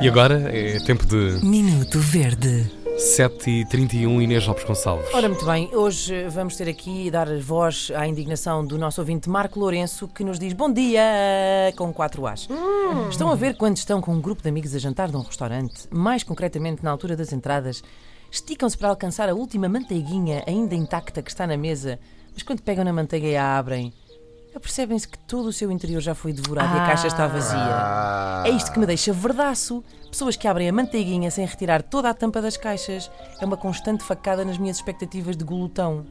E agora é tempo de Minuto Verde. 7h31 Inês Lopes Gonçalves. Ora, muito bem, hoje eh, vamos ter aqui e dar voz à indignação do nosso ouvinte Marco Lourenço, que nos diz bom dia com quatro As. Estão a ver quando estão com um grupo de amigos a jantar num restaurante, mais concretamente na altura das entradas, esticam-se para alcançar a última manteiguinha ainda intacta que está na mesa, mas quando pegam na manteiga e a abrem, apercebem-se que todo o seu interior já foi devorado e a caixa está vazia. Ah. É isto que me deixa verdaço. Pessoas que abrem a manteiguinha sem retirar toda a tampa das caixas é uma constante facada nas minhas expectativas de glutão.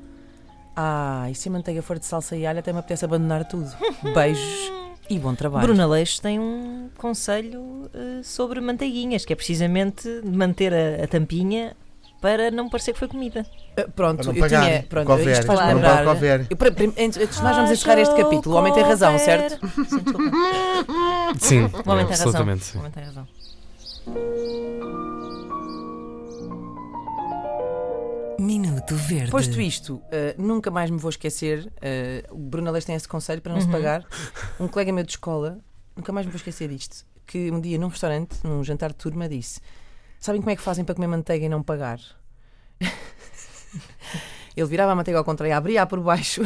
Ah, e se a manteiga for de salsa e alho, até me apetece abandonar tudo. Beijos e bom trabalho. Bruna Leixo tem um conselho eh, sobre manteiguinhas, que é precisamente manter a, a tampinha para não parecer que foi comida. Ah, Pronto, Para não eu pagar. tinha. Pronto, Cover, isto faz para não pagar o cover. Eu, para- prim- antes, antes nós vamos encerrar este capítulo. O homem tem razão, certo? Sim, desculpa. Sim, O homem é, tem razão. absolutamente. O sim. homem tem razão. Minuto Verde. Posto isto, eh, nunca mais me vou esquecer. eh, o Bruno Leste tem esse conselho para não se pagar. Um colega meu de escola, nunca mais me vou esquecer disto, que um dia num restaurante, num jantar de turma, disse: Sabem como é que fazem para comer manteiga e não pagar? Ele virava a manteiga ao contrário, abria por baixo,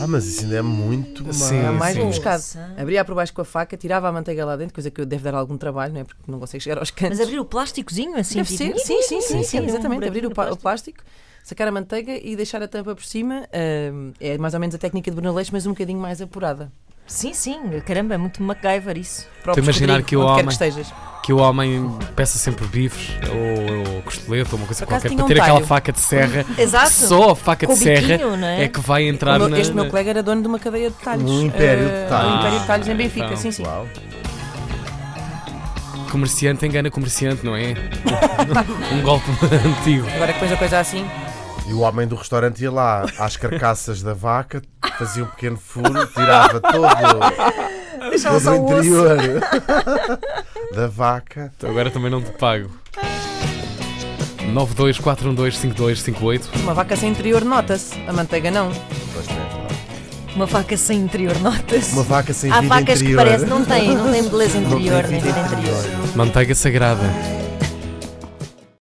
Ah, mas isso ainda é muito mal. Sim, era mais sim. buscado. Nossa. Abria por baixo com a faca, tirava a manteiga lá dentro, coisa que eu devo dar algum trabalho, não é? Porque não consegue chegar aos cantos. Mas abrir o plásticozinho assim? Deve ser, tipo, sim, sim, sim, sim, um exatamente. buraquinho Abrir o, no pa- o plástico, sacar a manteiga e deixar a tampa por cima. hum, é mais ou menos a técnica de Bruno Leixo, mas um bocadinho mais apurada. Sim, sim, caramba, é muito MacGyver isso. Para o Estou a imaginar pescadilho, que o onde quer homem- que estejas. Que o homem peça sempre bifes ou, ou costeleta ou uma coisa Por acaso qualquer tinha para um ter aquela talho. faca de serra. Exato. Só a faca Com de o serra biquinho, não é? é que vai O entrar meu- na. este meu na- colega era dono de uma cadeia de talhos. Um império de eh, talhos. Um império de talhos em Ah, Benfica, então. sim, sim. Uau. Comerciante engana comerciante, não é? um golpe antigo. Agora que pões a coisa assim, E o homem do restaurante ia lá às carcaças da vaca, fazia um pequeno furo, tirava todo, todo o interior da vaca. Então Agora também não te pago. 924125258 uma vaca sem interior nota-se, a manteiga não. Pois bem, claro. Uma faca sem interior, nota-se. Uma vaca sem Há vida vacas interior. que parece, não tem, não tem beleza interior, nem vida interior. Manteiga sagrada.